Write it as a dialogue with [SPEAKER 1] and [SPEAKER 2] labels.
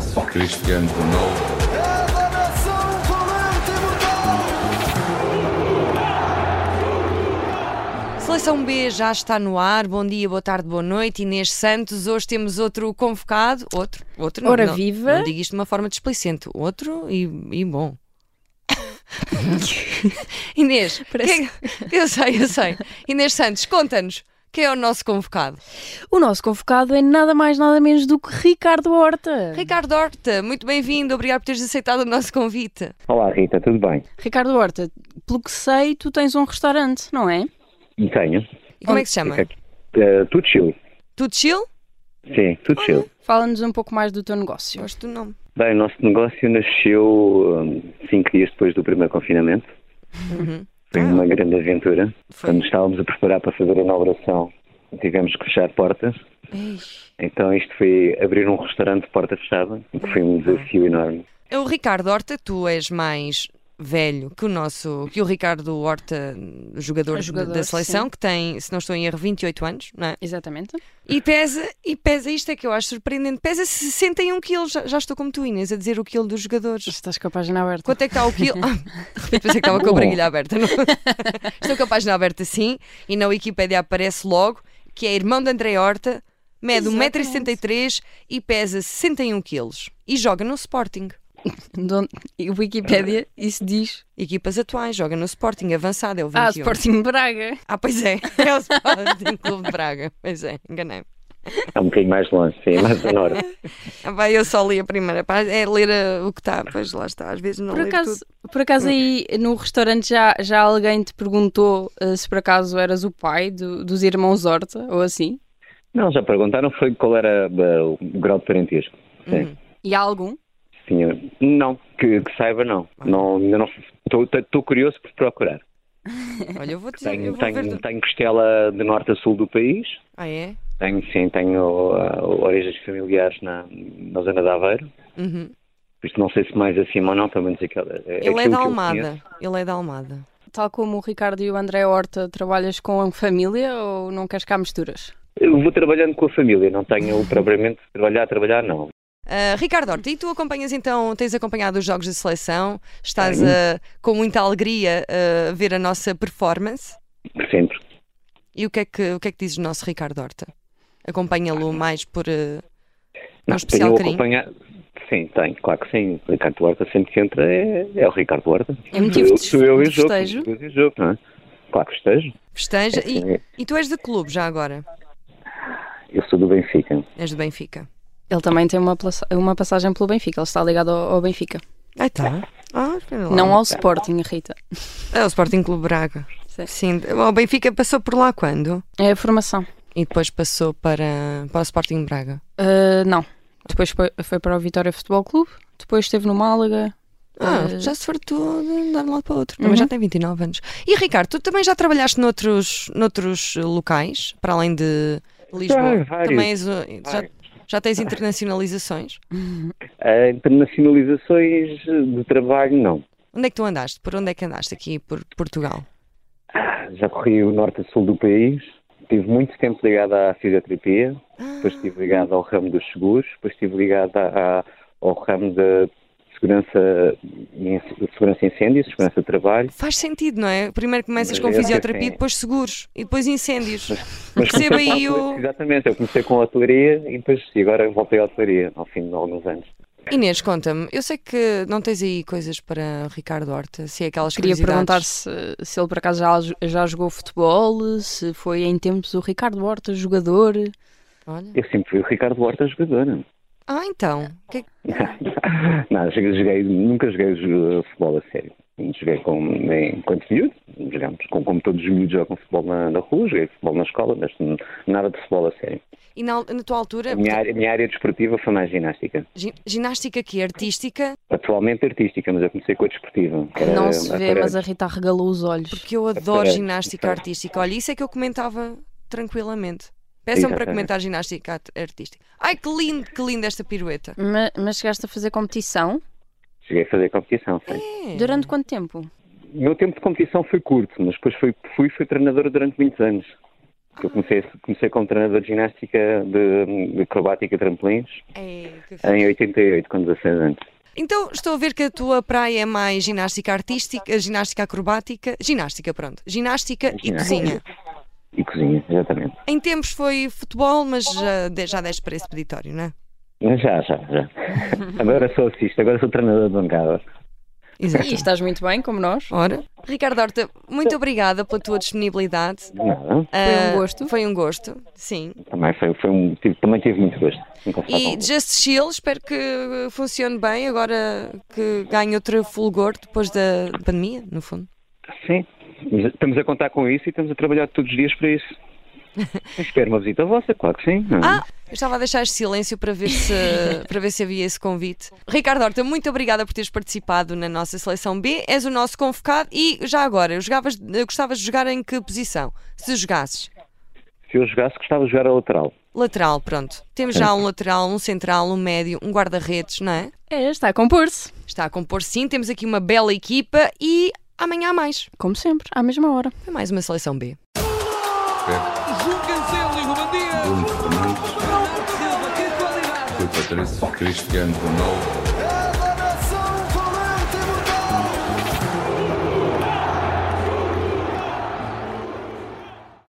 [SPEAKER 1] 13, Cristiano Ronaldo.
[SPEAKER 2] Seleção B já está no ar. Bom dia, boa tarde, boa noite. Inês Santos. Hoje temos outro convocado. Outro, outro.
[SPEAKER 3] Ora
[SPEAKER 2] não,
[SPEAKER 3] viva.
[SPEAKER 2] Não digo isto de uma forma displicente. Outro e, e bom. Inês,
[SPEAKER 3] Parece-
[SPEAKER 2] quem- eu sei, eu sei. Inês Santos, conta-nos quem é o nosso convocado.
[SPEAKER 3] O nosso convocado é nada mais, nada menos do que Ricardo Horta.
[SPEAKER 2] Ricardo Horta, muito bem-vindo. Obrigado por teres aceitado o nosso convite.
[SPEAKER 4] Olá Rita, tudo bem?
[SPEAKER 3] Ricardo Horta, pelo que sei, tu tens um restaurante, não é?
[SPEAKER 4] Tenho.
[SPEAKER 2] E como é que se chama?
[SPEAKER 4] Eh, tudo chill.
[SPEAKER 2] Tudo chill?
[SPEAKER 4] Sim, tudo chill.
[SPEAKER 3] Fala-nos um pouco mais do teu negócio.
[SPEAKER 2] Gosto do nome.
[SPEAKER 4] Bem, o nosso negócio nasceu hum, cinco dias depois do primeiro confinamento. Foi uma grande aventura.
[SPEAKER 2] Foi.
[SPEAKER 4] Quando estávamos a preparar para fazer a inauguração, tivemos que fechar portas. Então isto foi abrir um restaurante de porta fechada, o que foi um desafio enorme.
[SPEAKER 2] O Ricardo Horta, tu és mais velho que o nosso, que o Ricardo Horta, jogador,
[SPEAKER 3] É jogador,
[SPEAKER 2] da- da seleção,
[SPEAKER 3] sim.
[SPEAKER 2] que tem, se não estou em erro, 28 anos, não é?
[SPEAKER 3] Exatamente.
[SPEAKER 2] E pesa, e pesa isto é que eu acho surpreendente, pesa 61 quilos, já, já estou como tu Inês, a dizer o quilo dos jogadores.
[SPEAKER 3] Estás com a página aberta.
[SPEAKER 2] Quanto é que está o quilo? Ah, de repente pensei que estava com a braguilha aberta. Não? Estou com a página aberta sim, e na Wikipédia aparece logo que é irmão de André Horta, mede 1,73m e pesa 61 quilos. E joga no Sporting.
[SPEAKER 3] Don- e o Wikipédia, isso diz.
[SPEAKER 2] Equipas atuais, joga no Sporting, avançado, é o 21.
[SPEAKER 3] Ah, Sporting Braga.
[SPEAKER 2] Ah, pois é, é o Sporting Clube de Braga. Pois é, enganei-me.
[SPEAKER 4] Está um bocadinho mais longe, sim, mais a norte.
[SPEAKER 2] Ah, vai, eu só li a primeira página, é ler ah, o que está, pois lá está, às vezes não
[SPEAKER 3] Por
[SPEAKER 2] leio
[SPEAKER 3] acaso,
[SPEAKER 2] tudo.
[SPEAKER 3] por acaso aí no restaurante já, já alguém te perguntou eh, se por acaso eras o pai do- dos irmãos Horta ou assim?
[SPEAKER 4] Não, já perguntaram foi qual era eh, o grau de parentesco. Sim.
[SPEAKER 3] E há algum?
[SPEAKER 4] Senhor, não, que, que saiba não. Não, ainda não. Estou curioso por procurar.
[SPEAKER 2] Olha, eu vou dizer, eu
[SPEAKER 4] Tenho,
[SPEAKER 2] vou ver...
[SPEAKER 4] tenho,
[SPEAKER 2] do-
[SPEAKER 4] tenho costela de norte a sul do país.
[SPEAKER 2] Ah, é?
[SPEAKER 4] Tenho, sim, tenho ah, origens familiares na, na zona de Aveiro.
[SPEAKER 2] Uhum.
[SPEAKER 4] Por Isto não sei se mais acima ou não, pelo menos aquela. aquilo
[SPEAKER 2] Ele
[SPEAKER 4] que
[SPEAKER 2] é
[SPEAKER 4] eu
[SPEAKER 2] da
[SPEAKER 4] conheço.
[SPEAKER 2] Almada, ele é da Almada.
[SPEAKER 3] Tal como o Ricardo e o André Horta, trabalhas com a família ou não queres cá misturas?
[SPEAKER 4] Eu vou trabalhando com a família, não tenho propriamente de trabalhar, trabalhar não.
[SPEAKER 2] Ah, Ricardo Horta, e tu acompanhas então, tens acompanhado os jogos da seleção? Estás ah, com muita alegria ah, a ver a nossa performance?
[SPEAKER 4] Por sempre.
[SPEAKER 2] E o que é que, o que, é que diz o nosso Ricardo Horta? Acompanha-lo mais por ah, um
[SPEAKER 4] Não,
[SPEAKER 2] especial
[SPEAKER 4] tenho
[SPEAKER 2] carinho?
[SPEAKER 4] acompanhado. Sim, tenho, claro que sim. O Ricardo Horta sempre que entra é, é o Ricardo Horta.
[SPEAKER 3] É motivo
[SPEAKER 4] Sou
[SPEAKER 3] de
[SPEAKER 4] Uhum. sou eu e jogo.
[SPEAKER 3] festejo.
[SPEAKER 4] sou eu e jogo, não é? Claro que esteja.
[SPEAKER 2] Festeja. E,
[SPEAKER 4] É.
[SPEAKER 2] e tu és de clube já agora?
[SPEAKER 4] Eu sou do Benfica.
[SPEAKER 2] És do Benfica.
[SPEAKER 3] Ele também tem uma, plaça- uma passagem pelo Benfica, ele está ligado ao, ao Benfica.
[SPEAKER 2] Ah, tá. Ah, espera lá.
[SPEAKER 3] Não ao Sporting, Rita.
[SPEAKER 2] É o Sporting Clube Braga.
[SPEAKER 3] Sim.
[SPEAKER 2] Sim. O Benfica passou por lá quando?
[SPEAKER 3] É a formação.
[SPEAKER 2] E depois passou para, para o Sporting Braga.
[SPEAKER 3] Ah, não. Depois foi, foi para o Vitória Futebol Clube, depois esteve no Málaga.
[SPEAKER 2] Ah,
[SPEAKER 3] Eh,
[SPEAKER 2] já se fartou de andar de um lado para o outro. Também já tem 29 anos. E Ricardo, tu também já trabalhaste noutros, noutros eh, locais, para além de Lisboa?
[SPEAKER 4] vários.
[SPEAKER 2] também és, eh, já,
[SPEAKER 4] Vários.
[SPEAKER 2] já tens internacionalizações?
[SPEAKER 4] A Ah, internacionalizações de trabalho, não.
[SPEAKER 2] Onde é que tu andaste? Por onde é que andaste aqui por Portugal?
[SPEAKER 4] Já corri o norte a sul do país, tive muito tempo ligado à fisioterapia, depois estive ligado ao ramo dos seguros, depois estive ligado à- à- ao ramo da segurança, em- segurança incêndios, segurança de trabalho.
[SPEAKER 2] Faz sentido, não é? Primeiro começas com
[SPEAKER 4] É,
[SPEAKER 2] fisioterapia,
[SPEAKER 4] sim.
[SPEAKER 2] depois seguros e depois incêndios.
[SPEAKER 4] Mas comecei
[SPEAKER 2] Perceba aí
[SPEAKER 4] com a-
[SPEAKER 2] o-
[SPEAKER 4] Exatamente, eu comecei com a hotelaria e depois e agora voltei à hotelaria ao fim de alguns anos.
[SPEAKER 2] Inês, conta-me, eu sei que não tens aí coisas para Ricardo Horta, se é aquelas
[SPEAKER 3] Queria perguntar
[SPEAKER 2] curiosidades.
[SPEAKER 3] se, se ele por acaso já, já jogou futebol, se foi em tempos o Ricardo Horta jogador.
[SPEAKER 2] Olha.
[SPEAKER 4] Eu sempre fui o Ricardo Horta jogador. é?
[SPEAKER 2] Ah, então. que é que-
[SPEAKER 4] não, joguei, joguei- nunca joguei eh, futebol a sério. Joguei com, em- enquanto miúdo, jogamos, com, como todos os miúdos jogam futebol na, na rua, joguei futebol na escola, mas n- nada de futebol a sério.
[SPEAKER 2] E na, na tua
[SPEAKER 3] É
[SPEAKER 2] altura,
[SPEAKER 4] A minha área, a minha área desportiva foi mais ginástica.
[SPEAKER 2] gi- ginástica aqui, artística,
[SPEAKER 4] Atualmente artística, mas eu comecei com a desportiva. que era-
[SPEAKER 3] Não se vê,
[SPEAKER 4] era-
[SPEAKER 3] mas a Rita arregalou os olhos.
[SPEAKER 2] porque eu adoro
[SPEAKER 4] Espera,
[SPEAKER 2] ginástica
[SPEAKER 4] espera.
[SPEAKER 2] artística. Olha, isso é que eu comentava tranquilamente. Peçam para
[SPEAKER 4] Exatamente.
[SPEAKER 2] comentar ginástica at- artística. Ai, que lindo, que lindo esta pirueta.
[SPEAKER 3] Ma- Mas chegaste a fazer competição?
[SPEAKER 4] Cheguei a fazer competição, sim.
[SPEAKER 2] É.
[SPEAKER 3] Durante quanto tempo?
[SPEAKER 4] O meu tempo de competição foi curto, mas depois fui, fui, fui treinador durante muitos anos. Eu comecei, comecei como treinador de ginástica de, de acrobática e trampolins
[SPEAKER 2] É, que fixe.
[SPEAKER 4] em 88, com 16 anos.
[SPEAKER 2] Então estou a ver que a tua praia é mais ginástica artística, ginástica acrobática, ginástica, pronto, ginástica e
[SPEAKER 4] Ginástica.
[SPEAKER 2] cozinha.
[SPEAKER 4] E cozinha, exatamente.
[SPEAKER 2] Em tempos foi futebol, mas já, de- já deste para esse peditório, não é?
[SPEAKER 4] Mas Já, já, já. Agora sou assista, agora sou treinador de bancada.
[SPEAKER 3] E estás muito bem, como nós.
[SPEAKER 2] Ora. Ricardo Horta, muito obrigada pela tua disponibilidade.
[SPEAKER 4] Nada.
[SPEAKER 2] Ah,
[SPEAKER 3] um gosto.
[SPEAKER 2] Foi um gosto, sim.
[SPEAKER 4] Também, foi, foi um, tive, também tive muito gosto em conversar
[SPEAKER 2] E
[SPEAKER 4] convosco.
[SPEAKER 2] Just Chill, espero que funcione bem agora que ganhe outro fulgor depois da pandemia, no fundo.
[SPEAKER 4] Sim, mas estamos a contar com isso e estamos a trabalhar todos os dias para isso. Espero uma visita a vossa, claro que sim. não é?
[SPEAKER 2] Ah, eu estava a deixar silêncio para ver se, para ver se havia esse convite. Ricardo Horta, muito obrigada por teres participado na nossa seleção B. És o nosso convocado e já agora, jogavas, gostavas de jogar em que posição? Se jogasses?
[SPEAKER 4] Se eu jogasse, gostava de jogar a lateral.
[SPEAKER 2] Lateral, pronto. Temos já um lateral, um central, um médio, um guarda-redes, não é?
[SPEAKER 3] É, está a compor-se.
[SPEAKER 2] Está a compor sim, temos aqui uma bela equipa e amanhã há mais.
[SPEAKER 3] Como sempre, à mesma hora.
[SPEAKER 2] Foi mais uma seleção B.
[SPEAKER 5] João Cancelo e Ruben Dias.
[SPEAKER 1] Bruno Fernandes,
[SPEAKER 5] Que qualidade!
[SPEAKER 1] Rui Patrício, Cristiano Ronaldo.